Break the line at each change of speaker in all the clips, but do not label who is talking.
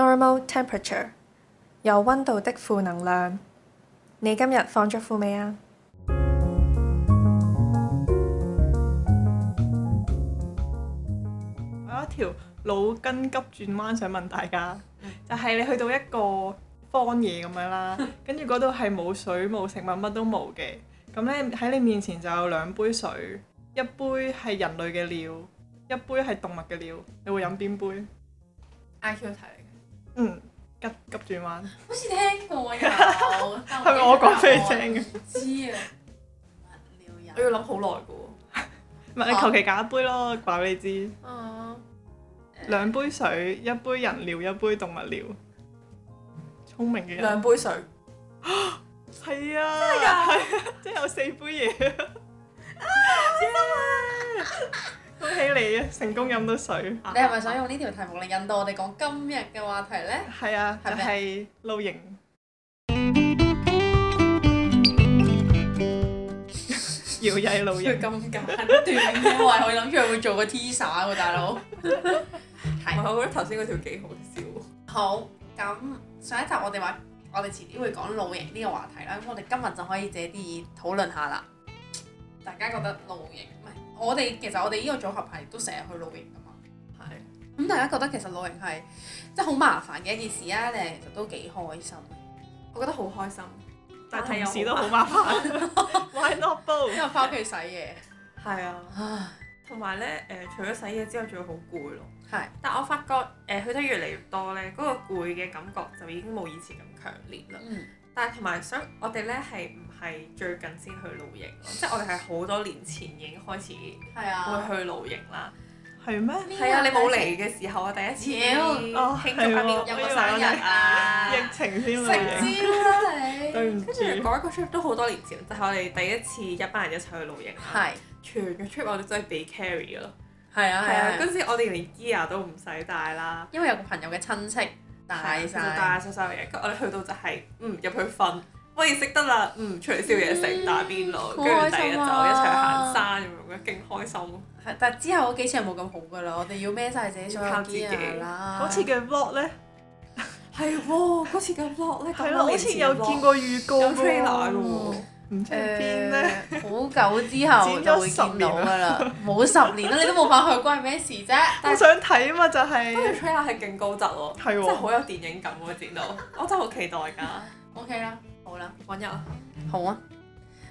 normal temperature，有溫度的負能量。你今日放咗負未啊？
我有一條腦筋急轉彎想問大家，就係你去到一個荒野咁樣啦，跟住嗰度係冇水冇食物乜都冇嘅，咁咧喺你面前就有兩杯水，一杯係人類嘅尿，一杯係動物嘅尿，你會飲邊杯？
I Q 題嚟嘅，
嗯，急急轉彎，
好似聽過有， 係
係咪我講俾你聽嘅？
唔知啊，我要諗好耐嘅喎。
唔係你求其揀一杯咯，話俾你知。
啊，
兩杯水，一杯人尿，一杯動物尿。聰明嘅人
兩杯水，
係啊，係啊，真係有四杯嘢啊！恭喜你啊，成功飲到水。
你啊係咪想用呢條題目嚟引導我哋講今日嘅話題咧？
係啊，就
係咩
係露營。搖曳露
要
營，
咁簡短嘅，喂，我諗住佢會做個 T 恤喎，大 佬。係
我覺得頭先嗰條幾好笑。
好，咁上一集我哋話我哋遲啲會講露營呢個話題啦，咁我哋今日就可以借啲意討論下啦。大家覺得露營唔係我哋其實我哋呢個組合係都成日去露營噶嘛。
係。
咁大家覺得其實露營係即係好麻煩嘅一件事啊，定係其實都幾開心？
我覺得好開心，
但
係
係
又
同時都好麻煩。Why not
因
both？
為翻屋企洗嘢，
係啊，同埋咧誒，除咗洗嘢之外，仲要好攰咯。
係
但我發覺誒，去、得越嚟越多咧，嗰、個攰嘅感覺就已經冇以前咁強烈啦。
嗯
但係同埋想我哋咧係唔係最近先去露營
嗯
咯？即係我哋係好多年前已經開始
係啊，
會去露營啦。
係咩？
呢個哦
係啊，你冇嚟嘅時候，我第一次
妖
慶祝下邊
有
個
個
生
生
日
日
啊
啊！
疫情先露
食
營，
蕉啦你，
對唔
跟住
住。
嗰一個 trip 都好多年前，就係、我哋第一次一班人一齊去露營啦。
係
全個 trip 我哋真係被 carry 咯。
係啊
係啊，嗰陣時我哋連 gear 都唔使帶啦，啊
因為有個朋友嘅親戚帶
就
晒，
帶晒所有嘢。跟住我哋去到就係嗯入去瞓，喂食得啦，嗯除宵夜食
嗯
打邊爐，
好
跟住第二日就一齊
開心啊
行山咁樣，勁開心。
係但之後嗰幾次係冇咁好噶啦，我哋要孭晒自己所有
靠自己
gear 啦。
嗰次嘅 vlog 咧，
係喎，嗰次嘅 vlog 咧，
係咯，好似有見過預告
有
喎
trailer 嘅喎，
唔知
誒
係邊咧？
好久之後就會見到噶啦，冇十年啦，啊你都冇翻去，關你咩事啫？
我想睇啊嘛，就係、
跟住 trailer 係勁高質喎，
係喎
真係好有電影感喎剪到，我真係好期待㗎。
OK 啦，好啦，
揾日啊
好啊，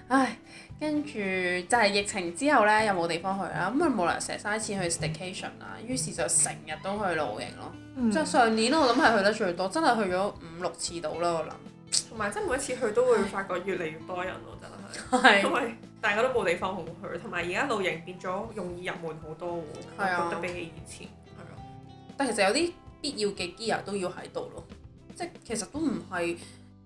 唉，跟住就係疫情之後咧，又冇地方去啦，咁啊冇理由成日嘥錢去 staycation 啦，於是就成日都去露營咯。
嗯
即係上年我諗係去得最多，真係去咗五六次到啦，我諗。
同埋真係每一次去都會發覺越嚟越多人喎，真係。因
係。
為大家都冇地方好去，同埋而家露營變咗容易入門好多喎，
係啊
我覺得比起以前。
係啊，但其實有啲必要嘅 gear 都要喺度咯，即係其實都唔係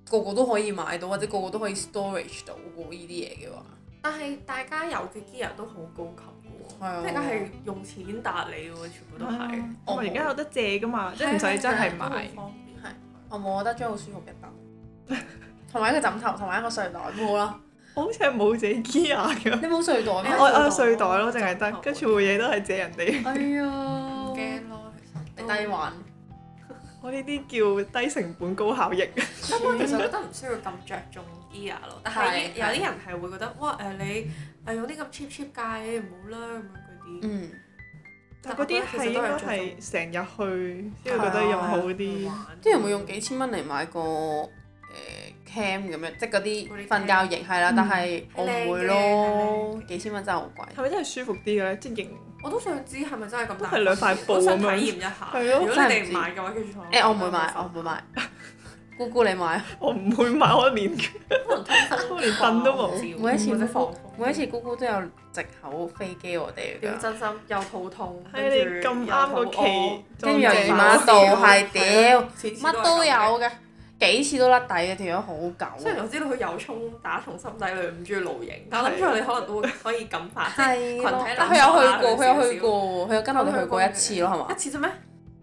個個都可以買到，或者個個都可以 storage 到嘅喎呢啲嘢嘅話。
但係大家有嘅 gear 都好高級
係啊
嘅喎，即係係用錢達你喎，全部都係，啊
我而家有得借噶嘛，即係唔使真係
都好
買。
方便。
係我冇，我覺得張好舒服嘅凳，同埋一個枕頭，同埋一個睡袋冇啦。
我好似係冇自己 gear 㗎
你冇睡袋咩
誒？
我我有睡袋咯，淨係
枕
得，
頭
跟住部嘢都係借人哋。
哎呀，
驚咯，其
你
實
低
低
玩。
我呢啲叫低成本高效益。
根本其實覺得唔需要咁着重 gear 咯，但係
係
有啲人係會覺得哇誒你誒用啲咁 cheap cheap 界你唔好啦咁樣嗰啲，
嗯，
但嗰啲係應該係成日去先會覺得用好啲。
啲人會用幾千蚊嚟買個誒 ờ, cam 咁樣，即係嗰啲
嗰啲
瞓覺型係啦，但係我唔會咯
靚，
幾千蚊真係好貴。
係咪真係舒服啲嘅咧？即係型
我都想知係咪真係咁
都
大
係兩塊布
我
咁
想體
樣。
驗一下。
係咯
如果你
真係唔
哋
知
唔買嘅話，跟住
誒、我唔會買，我唔會。買。姑姑你買，
我唔會買， 我連
可能通風
我連凳都冇。
冇
每一次
或者
姑
放
姑每一次姑姑都有藉口飛機我哋
點
㗎，
真心又肚痛，
係啊你咁啱個期，
跟住又
撞
姨
正
媽度
啊
係屌，
期
乜都有。嘅，幾次都甩底嘅，條友好
雖
狗。
然我知道佢有衝打從心底裏唔中意露營，但我諗住你可能都會可以感 化，即係
係
群
咯
體，
但佢有去過，
冷
佢
淡
有去過，佢有跟我哋去過一次咯，係
一
嘛？
次啫咩？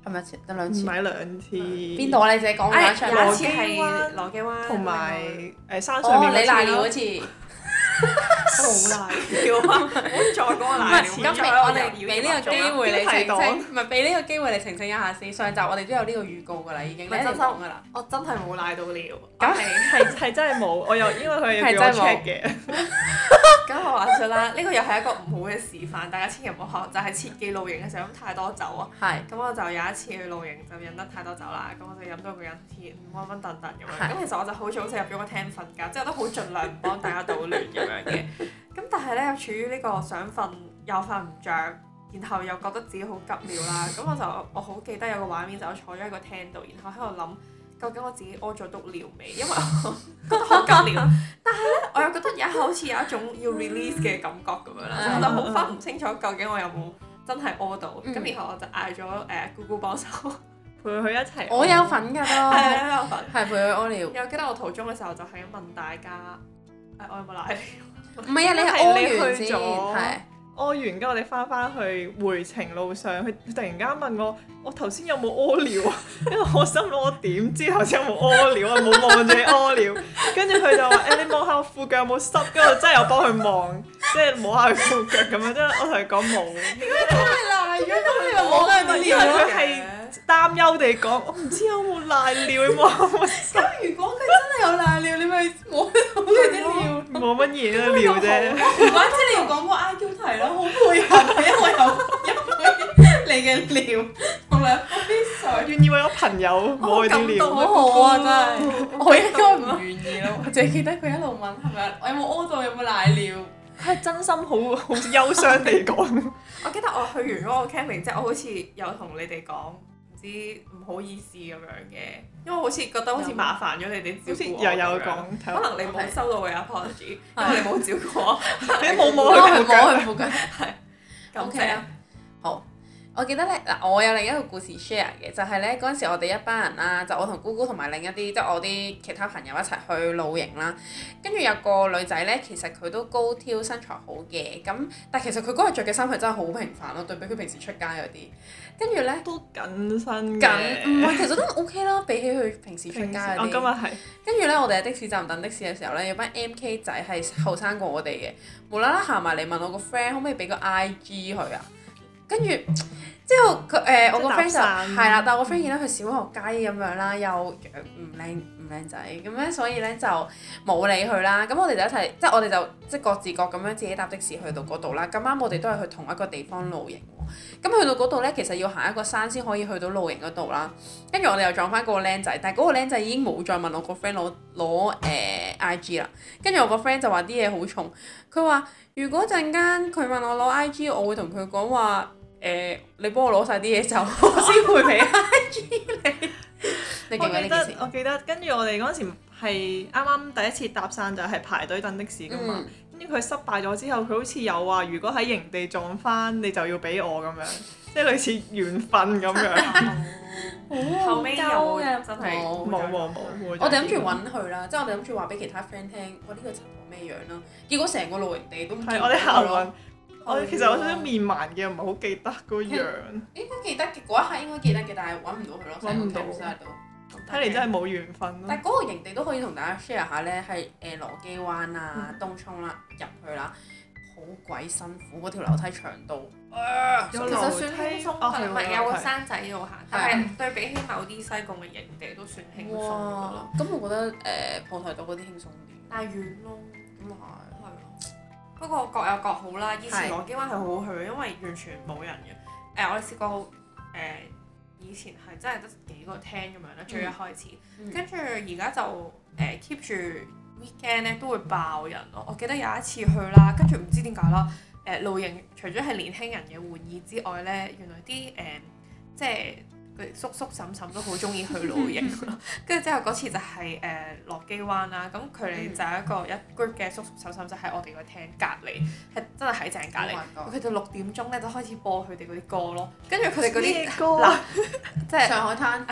係咪一次？得兩
唔
次？
買兩次。
邊
邊
度？啊？你自己講
哎有
翻出
一
嚟。
次係羅基灣，
同埋誒山上
哦，
面嗰
你瀨
次
尿
咯
嗰次，
好賴尿啊！唔好再講個
唔
賴
係，
尿，
咁俾
再喺
我
度
哋
搖搖
俾呢個
做啦
機會你
標題
澄
黨
清，唔係俾呢個機會你澄清一下先。上集我哋都有呢個預告㗎啦，已經
唔
你
係
一
真
定
心
講㗎啦。
我真係冇賴到尿，
咁
係係真係冇，我又因為佢
係
又叫我
真係
check
冇
嘅，
咁我話説啦，呢個又係一個唔好嘅示範，大家千祈唔好學，就係切忌露營嘅時候飲太多酒啊！
係
咁我就有一次去露營就飲得太多酒啦，咁我就飲到個人天昏昏沌沌咁樣。
係
咁其實我就好早就入咗個廳瞓覺，即係我都好盡量唔幫大家搗亂咁樣嘅。 咁但係咧，又處於呢個想瞓又瞓唔着，然後又覺得自己好急尿啦。咁我就我好記得有個畫面就我坐咗喺個廳度，然後喺度諗究竟我自己屙咗督尿未，因為我 覺得好急尿。但係咧，我又覺得而家好似有一種要 release 嘅感覺咁樣
嗯
啦，所以我就好分唔清楚究竟我有冇。真係屙到，咁、
嗯
然後我就嗌咗誒姑姑幫手，
哦陪佢一齊。
我有份㗎
係
咯，
啊，有份。
係陪佢屙尿。
又記得我途中嘅時候就係咁問大家，誒、我有冇奶？
唔係啊，你係
係你
屙完
去
先，
咗
係
屙完，跟住我哋翻翻去回程路上，佢佢突然間問我：我頭先有冇屙尿啊？ 因為我心諗我點知頭先有冇屙尿啊？我冇望住你屙尿。 跟住佢就話：誒、你望下我褲腳有冇濕？跟住我真係有幫佢望， 即係摸下佢褲腳咁樣。即係我同佢講冇，
賴咗，咁你咪
冇
冇
賴
到
到
尿啊
尿
咯
咯。係擔憂地講：我唔知有冇賴尿，你望下我濕
咁如果佢真係有賴尿，你咪摸到 佢啲 尿。
冇乜嘢啦，尿啫。
唔怪之你要講個 I Q 題咯，好配合，因為有一杯你嘅 尿同兩杯水。
願意為我朋友摸佢啲哦
我
哦好啊
尿，
好啊，真係，我應該唔
啊
願意咯。我淨係記得佢一路問係咪我有冇屙到，有冇賴尿。
係真心好好憂傷地講。
我記得我去完嗰個 camping 之後，我好似有同你哋講，唔知唔好意思咁樣嘅，因為好似覺得好似麻煩咗你哋照
好似啊
顧
又
我咁樣
有講，睇
可
下
能你冇收到我嘅 apology，因
係
為你冇照顧 我，
你冇摸
摸
佢褲
佢摸
腳。
佢附近。
咁
OK
謝
啊。好，我記得咧嗱，我有另一個故事 share 嘅，就係咧嗰陣時我哋一班人啦，就我同姑姑同埋另一啲即係我啲其他朋友一齊去露營啦。跟住有個女仔咧，其實佢都高挑身材好嘅，咁但其實佢嗰日着嘅衫係真係好平凡咯，對比佢平時出街嗰啲。跟住咧
都緊嗯身
緊，
嘅。
唔係其實都 OK 啦，比起佢平時出街嗰
我哦今日
啲。
係
跟住咧，我哋喺的士站等的士嘅時候咧，有班 MK 仔係後生過我哋嘅，無啦啦行埋嚟問我個 friend 可唔可以俾個 IG 佢啊？跟住之後佢誒、呃我個
即係
friend 就
搭訕
係啦，但係我 friend 見到佢小學雞咁樣啦，又樣唔靚唔靚仔咁咧，所以咧就冇理佢啦。咁我哋就一齊，即係我哋就即係各自各咁樣自己搭的士去到嗰度啦。咁啱我哋都係去同一個地方露營喎。咁去到嗰度咧，其實要行一個山先可以去到露營嗰度啦。跟住我哋又撞翻嗰個僆仔，但係嗰個僆仔已經冇再問我個 friend 攞攞誒 IG 啦。跟住我個 friend 就話啲嘢好重，佢話如果陣間佢問我攞 IG，我會同佢講話誒，你幫我攞晒啲嘢走，我先會俾 IG 你。你記
我
唔記得呢
記
件
得
事？
我記得，跟住我哋嗰陣時係啱啱第一次搭訕就係排隊等的士噶嘛。跟住佢失敗咗之後，佢好似有話如果喺營地撞翻你就要俾我咁樣，即係類似緣分咁樣。
嗯
後尾有冇真係
冇
冇冇冇冇。
我哋諗住揾佢啦，即係我哋諗住話俾其他 friend 聽，我呢個柒頭咩樣啦。結果成個露營地都唔
係我哋行
咯。
運，
哦
我其實我想面盲嘅，唔係好記得個樣，
應該記得嘅嗰一刻應該記得嘅，但係揾唔到佢咯，
揾唔到
成個 campsite 度
睇嚟真係冇緣分咯
但。係嗰個營地都可以同大家 share 下咧，係誒羅基灣啊、東涌啦入去啦，好鬼辛苦，嗰條樓梯長到，啊
有
其
樓
實
梯
算輕鬆
哦係
嘅，唔
喎
係有個
係
山仔要行，但係對比起某啲西貢嘅營地都算輕鬆㗎
哇
啦，！
咁我覺得誒蒲台島嗰啲輕鬆啲，
但係遠咯。
咁啊
係啊，不過各有各好啦。以
係
前羅基灣係好好去，因為完全冇人嘅。誒、我哋試過誒、以前係真係得幾個廳咁樣啦，最一開始。
嗯
跟住而家就誒、keep 住 weekend 咧都會爆人咯。我記得有一次去啦，跟住唔知點解啦，誒、露營除咗係年輕人嘅玩意之外咧，原來啲誒、即係。佢叔叔嬸嬸都好中意去露營 咯，跟住之後嗰次就係誒落基灣啦，咁佢哋
嗯
就係一個一 group 嘅叔叔嬸嬸就喺我哋個廳隔離，係真係喺正隔離
Oh my，God
佢哋六點鐘咧就開始播佢哋嗰啲歌咯，跟住佢哋嗰
咩
啲
歌
嗱，即係
上海灘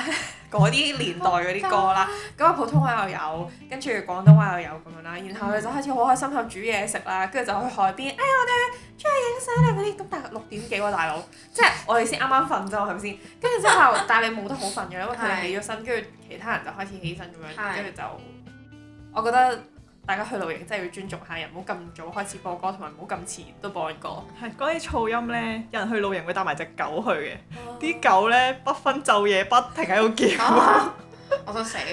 嗰啲年代嗰啲歌啦，咁啊普通話又有，跟住廣東話又有咁樣啦，然後佢就開始好開心喺度煮嘢食啦，跟住就去海邊，哎我哋出去影相啦嗰啲，咁但係六點幾喎大佬，即係我哋先啱啱瞓啫係咪先？跟住之 後，但係你冇得好瞓嘅，因為佢哋起咗身，跟住其他人就開始起身咁樣，
係
跟住就我覺得大家去露營真係要尊重下人，唔好咁早開始播歌，同埋唔好咁遲都播緊歌。
係嗰啲噪音咧，有人去露營會帶埋隻狗去嘅，
哦
啲狗咧不分晝夜不停喺度叫，
啊！我想死啊！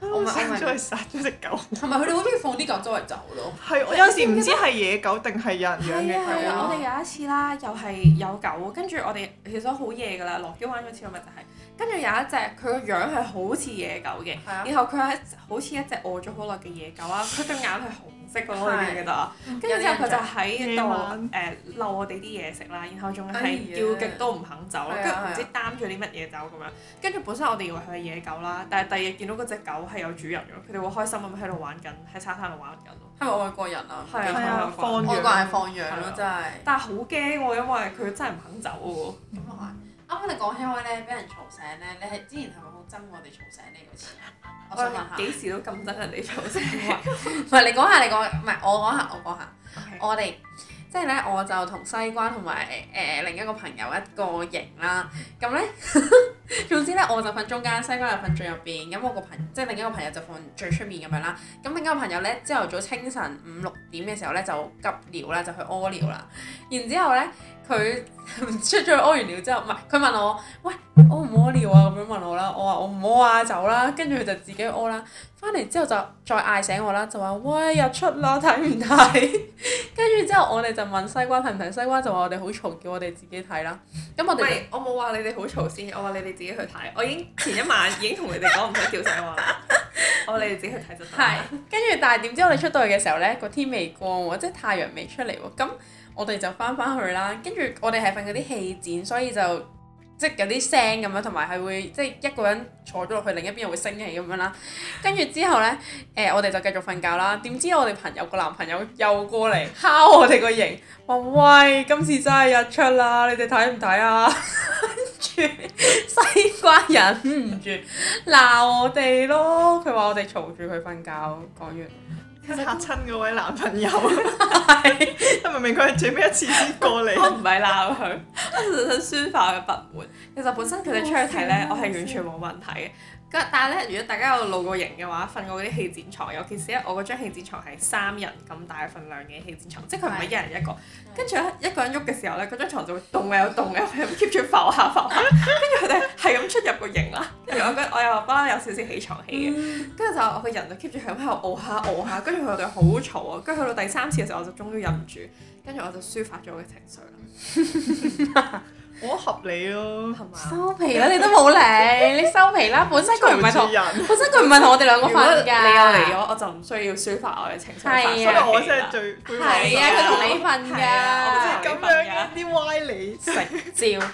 我
我
咪
想咗去殺咗只狗。
同埋佢哋好中意放啲狗周圍走咯。
係我有時唔知係野狗定係有人養
係啊係
嘅
啊！
狗
我。哋有一次啦，又係有狗，跟住我哋其實好夜㗎啦，落咗灣嗰次我咪就係、跟住有一隻佢個樣係好似野狗嘅，
係啊
然後佢係一隻好似一隻餓咗好耐嘅野 狗啊，佢對眼係紅色嗰個
係
記得啊，跟住之後佢就喺
夜
度
晚
誒漏我哋啲嘢食啦，然後仲
哎
係
呀
叫極都唔肯走，
係啊
跟住唔
係啊
知擔咗啲乜嘢走咁樣，跟住本身我哋以為佢係野狗啦，但係第二日見到嗰隻狗係有主人嘅，佢哋會開心咁喺度玩緊，喺沙灘度玩緊咯，
係咪外國人啊？
係
係
啊
啊，
放
放
外國人係放
係啊
養咯，真係。
但係好驚喎，因為佢真係唔肯走喎。
咁啊係。啱啱你講起開咧，俾人嘈醒咧，你係之前係咪好憎我哋嘈醒你嗰次啊？我想問下。
幾時都咁憎人哋做聲 話。
唔係你講下，你講下唔係我講下，我講下。
我
我哋即係咧，我就同西關同埋誒另一個朋友一個營啦。咁咧， 總之咧，我就瞓中間，西關就瞓最入邊。咁我個朋即係另一個朋友就瞓最出面咁樣啦。咁另一個朋友咧，朝頭早清晨五六點嘅時候咧，就急尿啦，就去屙尿啦。然之後咧，佢 出咗去屙完尿之後，唔係佢問我：喂，屙唔屙尿啊？咁樣問我啦。我話我唔屙啊，走啦。跟住佢就自己去屙啦。翻嚟之後就再嗌醒我啦，就話：喂，日出啦， 睇唔睇？跟住之後，我哋就問西瓜睇唔睇，西瓜就話我哋好嘈，叫我哋自己睇啦。咁我
唔
哋
係，我冇話你哋好嘈先，我話你哋自己去睇。我已經前一晚已經同你哋講唔使叫醒我 啦。我話你哋自己去睇就得
係
啦。
跟住，但係點知我哋出到去嘅時候呢，個天未光喎，即係太陽未出嚟喎。咁我哋就翻返去啦。跟住我哋係瞓嗰啲氣墊，所以就即係有啲聲咁樣，同埋係會即係一個人坐咗落去，另一邊又會升起咁樣啦。跟住之後呢，誒、我哋就繼續瞓覺啦。點知我哋朋友個男朋友又 過嚟敲我哋個營，話喂，今次真係日出啦，你哋睇唔睇啊？ 跟住西瓜忍唔住鬧我哋咯，佢話我哋嘈住佢瞓覺。講完，
嚇親嗰位男朋 友，明明佢係最尾一次先過
我
嚟，
唔係鬧佢，我純粹宣發我嘅不滿。其實本身佢哋出去睇
哦
咧，我係完全冇問題嘅。咁但係咧，如果大家有露過營嘅話，瞓過嗰啲氣墊床，尤其是咧我嗰張氣墊床係三人咁大份量嘅氣墊床，即係佢唔係一人一個。跟住咧，一個人喐嘅時候咧，嗰張床就會動嘅又動嘅，係咁 keep 住浮下浮下。跟住佢哋係咁出入個營啦。跟住我覺得我又不嬲有少少起床氣嘅，跟住就我個人就 keep 住係咁喺度熬下熬下，跟住佢哋好嘈啊。跟住去到第三次嘅時候，我就終於忍唔住，跟住我就抒發咗我嘅情緒啦。
我合理咯。
係嘛？
收皮啦，你都冇理，你收皮啦。本身佢唔係
嘈
同
住，人，
本身佢唔係同我哋兩個
如果
瞓
你又嚟
㗎。
咗，我就唔需要抒發我嘅情緒。
係
所
啊
以我真係最佩服
係啊，佢同你瞓
係啊
㗎。
咁樣嘅啲歪理，
食照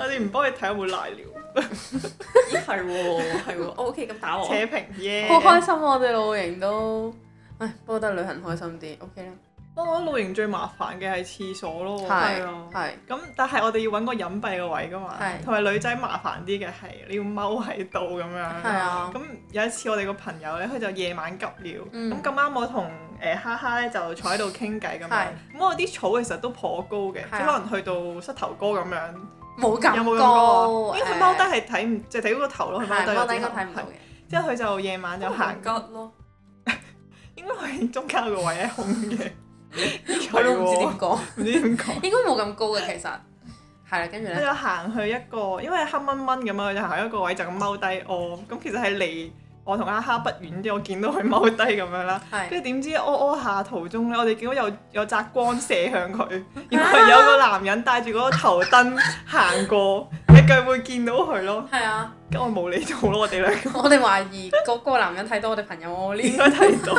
我哋唔幫你睇有冇賴尿，
係喎，係喎，OK，咁打我。
扯平耶。
好開心啊，我哋露營都。唉，不過得旅行開心啲，OK 啦。
我覺得露營最麻煩嘅係廁所咯，
係
啊。
係
咁但係我哋要揾個隱蔽嘅位噶嘛
係，
同埋女仔麻煩啲嘅係你要踎喺度咁樣。
係啊。
咁有一次我哋個朋友咧，佢就夜晚急尿，
嗯
咁咁啱我同誒哈哈咧就坐喺度傾偈咁樣。
係
咁我啲草其實都頗高嘅，
係啊
即係可能去到膝頭哥咁樣。
冇
有冇
咁
咁高
高
啊？因為佢踎低係睇唔，就睇到個頭咯，佢踎低
係
咗
踎
之
低應該
後
睇唔到
係
嘅。
之後佢就夜晚就
Oh
行，
吉咯，
應該係中間個位係空嘅。
我都唔知點講，
唔知點講。
應該冇咁高嘅其實。 係啊啦，跟住
佢
咧，
就行去一個，因為黑蚊蚊咁樣，佢就行一個位就咁踎低屙。咁其實係離我同阿哈不遠啲，我見到佢踎低咁樣啦。
係
跟住點知屙屙下途中咧，我哋見到有有扎光射向佢，然 後有個男人戴住嗰個頭燈行過，你腳會見到佢咯。
係啊，
跟住我冇理到咯，我哋兩個
我哋懷疑嗰個男人睇到我哋朋友屙
應
尿，
該睇到。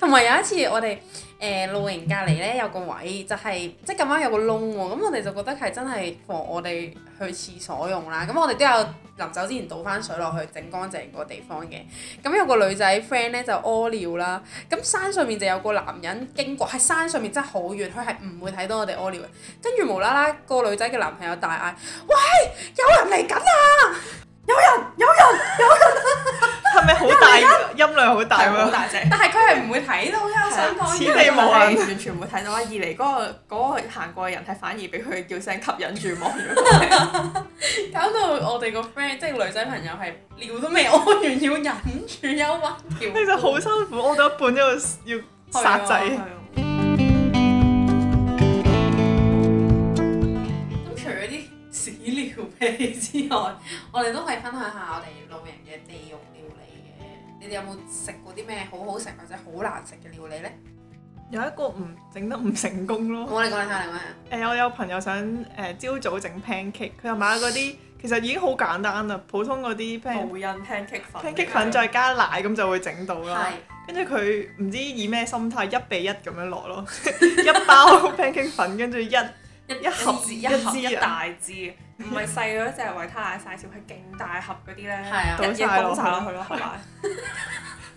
同埋有一次我哋誒、呃露營隔離咧有個位就係、即係咁啱有個窿喎，咁我哋就覺得係真係防我哋去廁所用啦，咁我哋都有臨走之前倒翻水落去整乾淨個地方嘅，咁有個女仔 friend 咧就屙尿啦，咁山上面就有個男人經過，喺山上面真係好遠，佢係唔會睇到我哋屙尿嘅，跟住無啦啦個女仔嘅男朋友大嗌：喂，有人嚟緊啊！
係咪好大音量量好大
係好
喎，
大隻。
但係佢係唔會睇到㗎，我想講
似
因
地
為
冇眼
完全冇睇到啊！二嚟嗰、個嗰、個行過嘅人係反而俾佢叫聲吸引住望咗。
搞到我哋個 friend 即係女仔朋友係尿都未屙完，要忍住憂鬱條。
你就好辛苦，屙到一半之後要殺
係
啊
仔。
咁除咗啲屎尿屁之外，我哋都可以分享下我哋老人嘅地獄料理嘅。你哋有冇食過啲咩好好食或者好難食嘅料理呢？
有一個唔整得唔成功咯。
我哋講你啊聽你咩？
誒、我有朋友想誒朝、早整 pancake，佢又買咗嗰啲，其實已經好簡單啦，普通嗰啲 pan
無印 pancake 粉
pancake 粉再加奶咁就會整到啦
係。
跟住佢唔知以咩心態一比一咁樣落咯， 一包 pancake 粉跟住一
一
一盒
一
一
盒
支
一
啊
大支，唔係細嗰只維他奶細少，係勁大盒嗰啲咧，
係啊
一嘢倒晒落去咯，係咪？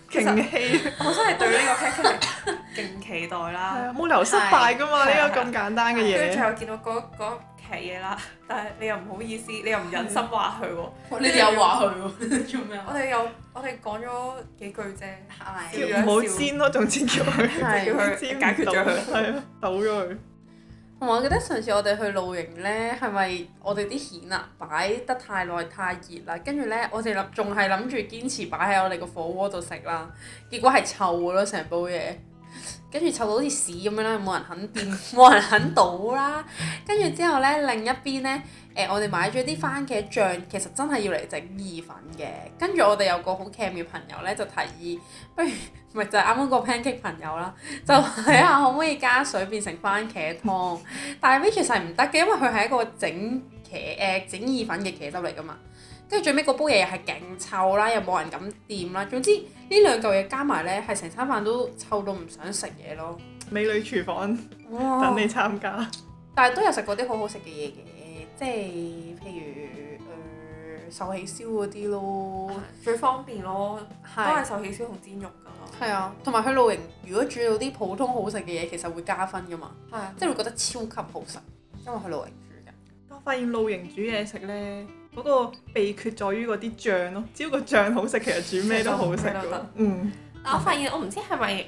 其實啊
勁氣，係
我真係對呢個 pancake 係勁期待啦。
啊冇理由失敗噶嘛
係
呢個咁簡單嘅
跟住最
嘢。
後見到嗰嗰劇嘢啦，但係你又唔好意思，你又唔忍心話佢喎。
你哋有話佢喎， 做咩
我哋又我哋講咗幾句啫，
啊？
叫
叫唔好煎咯，總之叫佢
即係叫 佢
煎唔
解決
到
咗佢。
係啊，倒咗佢。
同埋我記得上次我哋去露營咧，係咪我哋啲蜆啊擺得太耐太熱啦？跟住咧，我哋諗仲係諗住堅持擺喺我哋個火鍋度食啦，結果係臭嘅咯，成煲嘢。跟住臭到好似屎咁樣啦，冇人肯掂，冇人肯倒啦。跟住之後咧，另一邊咧，誒、我哋買咗啲番茄醬，其實真係要嚟整意粉嘅。跟住我哋有個好 cam 嘅朋友咧，就提議， 不如咪就係啱啱個 pancake 朋友啦，就睇下可唔可以加水變成番茄湯。但係 which 係唔得嘅，因為佢係一個整茄誒、整意粉嘅茄汁嚟㗎嘛。跟住最尾嗰煲嘢又係勁臭啦，又冇人敢掂啦。總之呢兩嚿嘢加埋咧，係成餐飯都臭到唔想食嘢咯。
美女廚房
哦
哇
等你參加。
但係都有食過啲好好食嘅嘢嘅，即係譬如誒、呃壽喜燒嗰啲咯，
最方便咯，都係
係
壽喜燒同煎肉㗎嘛。
係啊，同埋去露營，如果煮到啲普通好食嘅嘢，其實會加分噶嘛，
係啊，
即係會覺得超級好食，因為去露營煮嘅。
我發現露營煮嘢食呢，嗰、個秘訣在於嗰啲醬咯。只要個醬好食，其實煮咩都好食
其實都
㗎
得。
嗯，
但我發現我唔知係咪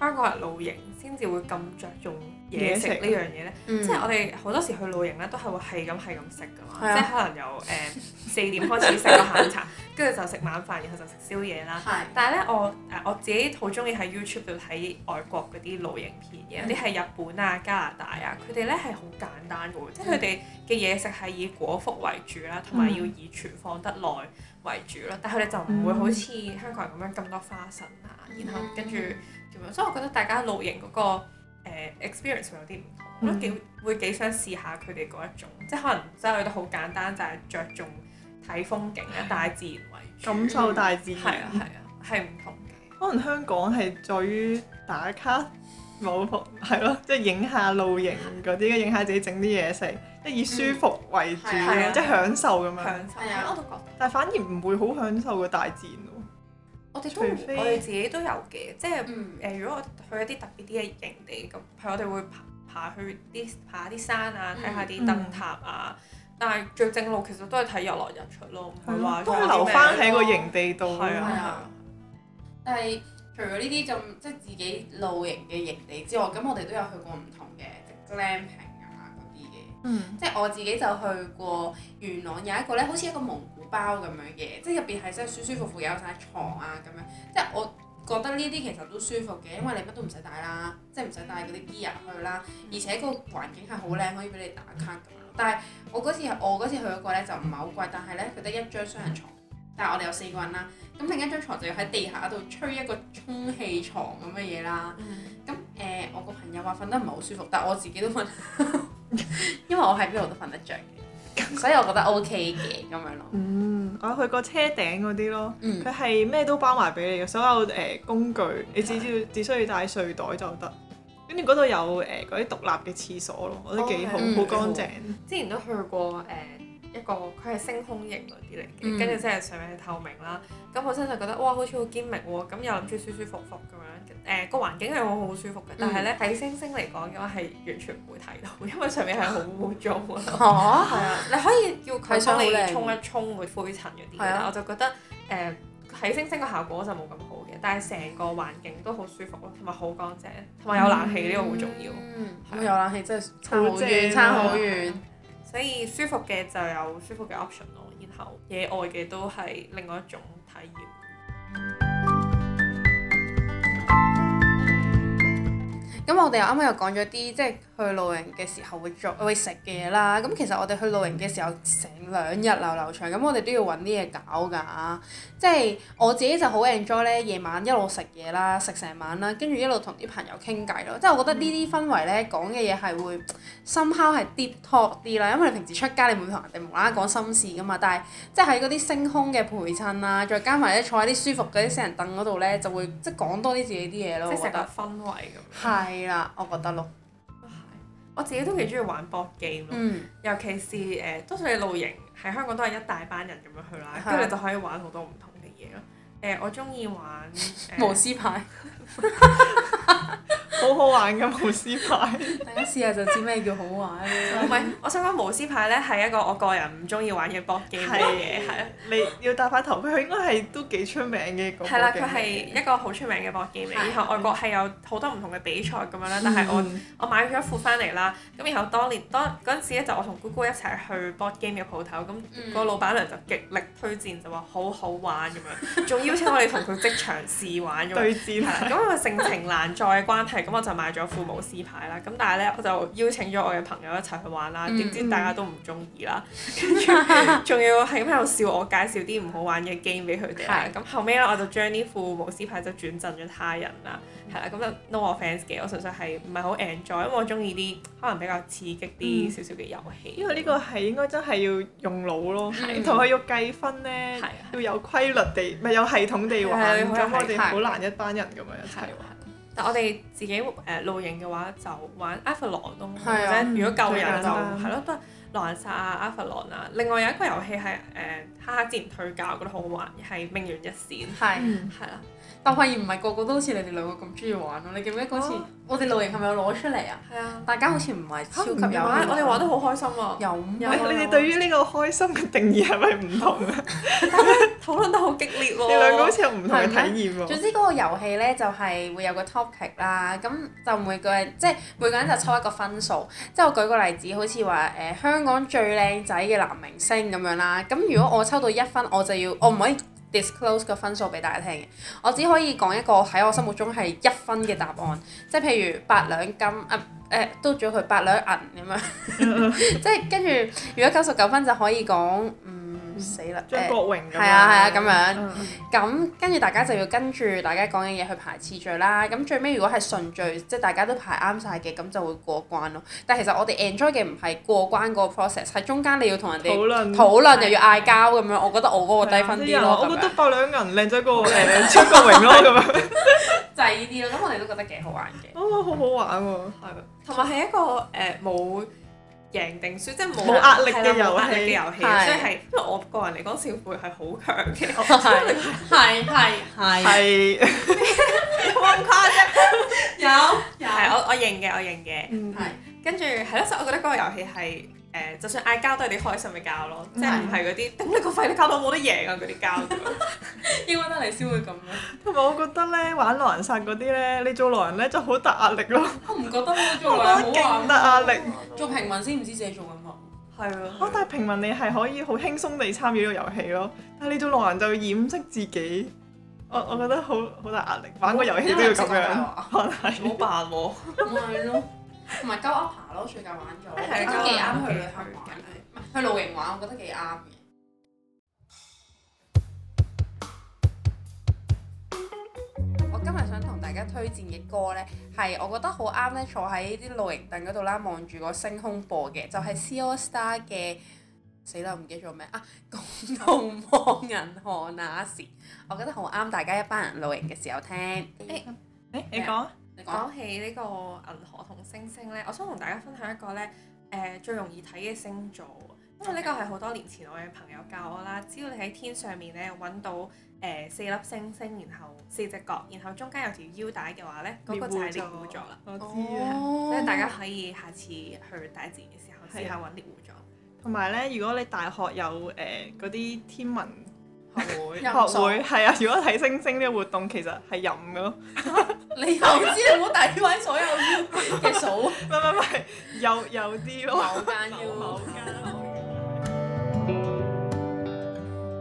誒香港人露營先至會咁着重嘢食呢樣嘢咧，
嗯
即係我哋好多時去露營咧都係會係咁係咁食噶嘛，
係啊
即係可能由誒四點開始食個下午茶，跟住就食晚飯，然後就食宵夜啦。
係
但係咧，我誒我自己好中意喺 YouTube 度睇外國嗰啲露營片嘅，
嗯
有啲係日本啊、加拿大啊，佢哋咧係好簡單嘅喎，即係
嗯
佢哋嘅嘢食係以果腹為主啦，同埋要以存放得耐為主咯。但係佢哋就唔會好似香港人咁樣咁多花神啊，
嗯
然後跟住咁樣，所以我覺得大家露營嗰、個、呃、experience 會有啲唔同，
嗯
我覺得幾會幾想試下佢哋嗰一種，即係可能真係都好簡單，就係、着重睇風景啊、大自然為主。
感受大自然。
係啊係啊，係唔同嘅。
嗯可能香港係在於打卡冇係咯，即係影下露營嗰啲，影下自己整啲嘢食，即係以舒服為主，
嗯
係啊
即係享受咁樣。
享受
係啊
我都覺得。
但係反而唔會好享受個大自然喎。
我哋
除
都
非
嗯我哋自己都有嘅，即係誒、
嗯
如果我去一啲特別啲嘅營地咁，譬如我哋會爬爬去啲爬啲山啊，
嗯
睇下啲燈塔啊。但係最正路其實都係睇日落日出咯，唔係話
都
仲
係
有
留
啲咩
翻喺個營地度。
係啊
係
係
啊
啊。
但係除咗呢啲咁即係自己露營嘅營地之外，咁我哋都有去過唔同嘅即係 glamping 啊嗰啲嘅。
嗯，
即係我自己就去過元朗有一個咧，好似一個蒙古包咁樣嘅，即係入邊係真係舒舒服服有晒床啊咁樣。即係我覺得呢啲其實都舒服嘅，因為你乜都唔使帶啦，即係唔使帶嗰啲 gear 去啦，而且個環境係好靚，可以俾你打卡咁樣。但係我嗰次我嗰次去嗰個咧就唔係好貴，但係咧佢得一張雙人床，但係我哋有四個人啦。咁另一張床就要喺地下度吹一個充氣床咁嘅嘢啦。
嗯
咁誒、呃我個朋友話瞓得唔係好舒服，但我自己都瞓， 因為我喺邊度都瞓得着嘅，所以我覺得 OK 嘅咁樣咯。
嗯，我有去過車頂嗰啲咯。
嗯
佢係咩都包埋俾你嘅，所有誒、呃工具，你只需要只需要帶睡袋就得。跟住嗰度有誒嗰啲獨立嘅廁所咯，我覺得幾
哦
好，好、
嗯
乾淨。
之前都去過誒、一個，佢係星空型嗰啲嚟
嗯
嘅，跟住真係上面係透明啦。咁本身就覺得哇，好似好堅明喎，咁又諗住舒舒服服咁樣。誒、個環境係好好舒服
嗯
嘅，但係咧睇星星嚟講嘅話係完全唔會睇到， 因為上面係好污糟啊。
嚇係
係啊，你可以叫
睇
佢幫
相好
你
靚
沖一沖佢灰塵嗰啲，
係啊
但我就覺得誒睇星星嘅效果就冇咁好。嘅，但係成個環境都好舒服咯，同埋好乾淨，同埋有冷氣呢個好重要。
嗯，
係
冇有冷氣真係差好
好正啊
遠，差好遠。
所以舒服嘅就有舒服嘅 option 咯，然後野外嘅都係另外一種體驗。
咁我哋又啱啱又講咗啲即係去露營嘅時候會做會食嘅嘢啦。咁其實我哋去露營嘅時候成兩日流流長，咁我哋都要揾啲嘢搞㗎。即係我自己就好 enjoy 咧，夜晚一路食嘢啦，食成晚啦，跟住一路同啲朋友傾偈咯。即係我覺得呢啲氛圍咧講嘅嘢係會 somehow 係 deep talk 啲啦，因為你平時出街你唔會同人哋無啦啦講心事㗎嘛。但係即係喺嗰啲星空嘅陪襯啊，再加埋咧坐喺啲舒服嗰啲四人凳嗰度咧，就會即係講多啲自己啲嘢咯。
即
哦我
係
覺
成個
得。
氛圍咁樣。
係啦，我覺得咯。
我自己都幾中意玩 board game 咯，
嗯，
尤其是誒、呃多數你露營喺香港都係一大班人咁樣去啦，跟住你就可以玩好多唔同嘅嘢咯。誒、我中意 玩誒
無私派，
好好玩嘅無私牌，
大家試下就知咩叫好玩啦。
唔係，我想講無私牌咧係一個我個人唔中意玩嘅 board game 嚟嘅，係啊。
你要戴翻頭盔，佢應該係都幾出名嘅嗰個
係啦，
嘅
佢係一個好出名嘅 board game 嚟，
係
然後外國係有好多唔同嘅比賽咁樣啦，但係我
嗯
我買咗一副翻嚟啦，咁然後當年當嗰陣時咧就我同姑姑一齊去 board game 嘅鋪頭，咁、
嗯
個老闆娘就極力推薦，就話好好玩咁樣，仲邀請我哋同佢即場試玩咁樣。
對
係
戰
啦，咁因為性情難在嘅關係，咁我就買咗副無私牌啦。咁但係咧，我就邀請咗我嘅朋友一齊去玩啦。
嗯
點知大家都唔中意啦，跟住仲要係咁喺度笑我介紹啲唔好玩嘅 game 俾佢哋啦。咁後尾咧，我就將呢副無私牌就轉贈咗他人啦。係啦，咁就 no offence 嘅，我純粹係唔係好 enjoy，因為我中意啲可能比較刺激啲
嗯
少少嘅遊戲。
因為呢個係應該真係要用腦咯，
係
同埋要計分咧
係係，
要有規律地，唔係有系統地玩。
係啊好有
咁我
系
哋
統
好難一班人咁樣一齊
係係
玩。
但我哋自己誒、呃露營嘅話，就玩 Avalon 咯，或
係啊
者如果夠人就
最簡單
係咯，都係狼人殺啊、Avalon 啊。另外有一個遊戲係誒呃哈哈之前推介，我覺得好好玩，係命懸一線。
係，
嗯
係啦，
但發現唔係個個都好似你哋兩個咁中意玩咯。你記唔記得嗰次哦我哋露營係咪有攞出嚟啊？
係啊，
大家好似唔係超級有
嚇唔玩
興趣
我哋玩得好開心啊，
有咩？
有
你你哋對於呢個開心嘅定義係咪唔同啊？
討論得好激烈喎。
你兩個好似有唔同嘅體驗
總
喎。
之嗰個遊戲咧就係會有個 topic 啦，咁就每個人即係每個人就抽一個分數。即係我舉個例子，好似話誒香港最靚仔嘅男明星咁樣啦。咁如果我抽到一分，我就要我唔可以 disclose 個分數俾大家聽嘅，我只可以講一個喺我心目中係一分嘅答案。即係譬如八兩金啊誒，嘟咗佢八兩銀咁樣。 即係跟住，如果九十九分就可以講嗯死啦誒
張國榮咁樣。
係啊係啊咁樣。
嗯。
咁跟住大家就要跟住大家講嘅嘢去排次序啦。咁最尾如果係順序，即係大家都排啱晒嘅，咁就會過關咯。但係其實我哋 enjoy 嘅唔係過關嗰個 process，係中間你要同人哋
討論
討論又要嗌交咁樣。我覺得我嗰個低分
係
啲
啊
咯，
我
咁
覺
樣啊
得爆兩銀靚仔過誒張國榮咯咁 樣。
就係呢啲咯。咁我哋都覺得幾好玩嘅。
哦，好好玩喎！
係啊，同埋係一個誒冇、贏定輸，即係冇
冇壓力嘅
係
遊
啦
戲
冇壓力嘅遊戲，
係
所以係因為我個人嚟講，小輩係好強嘅。
係係係係
係
有有
係我我認嘅，我認嘅。
嗯
係
跟住係咯，所以我覺得嗰個遊戲係誒、呃就算嗌交都係啲開心嘅交咯，即係唔嗯係嗰啲頂你個肺，你搞到我冇得贏啊嗰啲交咁樣。
英文得嚟先會咁樣。
同埋我覺得咧，玩狼人殺嗰啲咧，你做狼人咧就好大壓力咯，
我唔覺得我
我覺得勁大壓力。
嗯
做平民先唔知自己做緊乜。
係啊，
哦，但係平民你係可以好輕鬆地參與呢個遊戲咯，但係你做狼人就要掩飾自己，我我覺得好好大壓力，玩個遊戲都要咁
因為唔識講大
樣，
話
可能係
唔好扮喎。
唔係咯，同埋鳩噏爬咯，最近玩咗，我覺
係啊
得幾啱
鳩
去旅
噏
行玩，唔係去露營玩，我覺得幾啱嘅。我今日想同大家推薦嘅歌呢，係我覺得好啱呢，坐喺啲露營凳嗰度啦，望住個星空播嘅，就係 C O Star 嘅死啦，唔記得咗咩啊！共 同望銀河那時，我覺得好啱大家一班人露營嘅時候聽。
誒你講啊，
你講
講起呢個銀河同星星咧，我想同大家分享一個咧誒、呃最容易睇嘅星座，因為呢個係好多年前我嘅朋友教我啦。只要你喺天上面咧揾到誒、呃四粒星星，然後四隻角，然後中間有條腰帶嘅話咧，嗰、個就係獵戶座啦。
我知啊。
哦
所以大家可以下次去大自然嘅時候試下揾獵戶
呃
座，
同埋咧，如果你大學有誒嗰啲天文會，
飲
學
數
會係啊！ 如果睇星星呢個活動，其實係飲嘅咯，
你又知你唔好詆毀所有 U 嘅數
唔係唔係唔係，有有啲咯。
某間 U。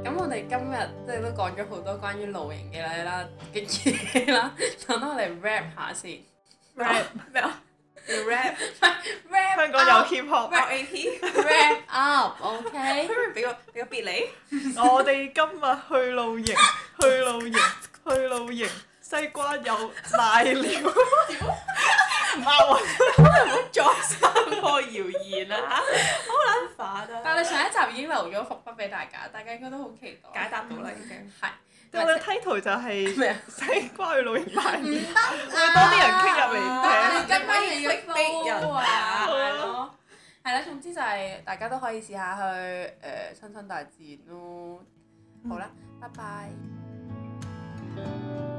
咁我哋今日即係都講咗好多關於露營嘅嘢啦嘅嘢啦，等我哋 rap 下先。
rap 咩啊？要 rap
rap
香港有 hip hop，啊
rap A P，
rap up，OK？
俾個俾個別你。
我哋今日去露營，去露營，去露營，西瓜有瀨 尿， 唔啱我。
再三個謠言啦嚇，好撚煩啊！
但係上一集已經留咗伏筆俾大家，大家應該都好期待。
解答到啦已經。
係。
但我嘅 title 就係
咩啊？
西瓜去露營買
唔
嘢。
得啊！
會多啲人傾入嚟
啊
聽
你跟翻人嘅 flow 啊，
係
係
咯
咯。係啦，總之就係大家都可以試下去誒親親大自然咯。好啦，拜拜。
拜拜。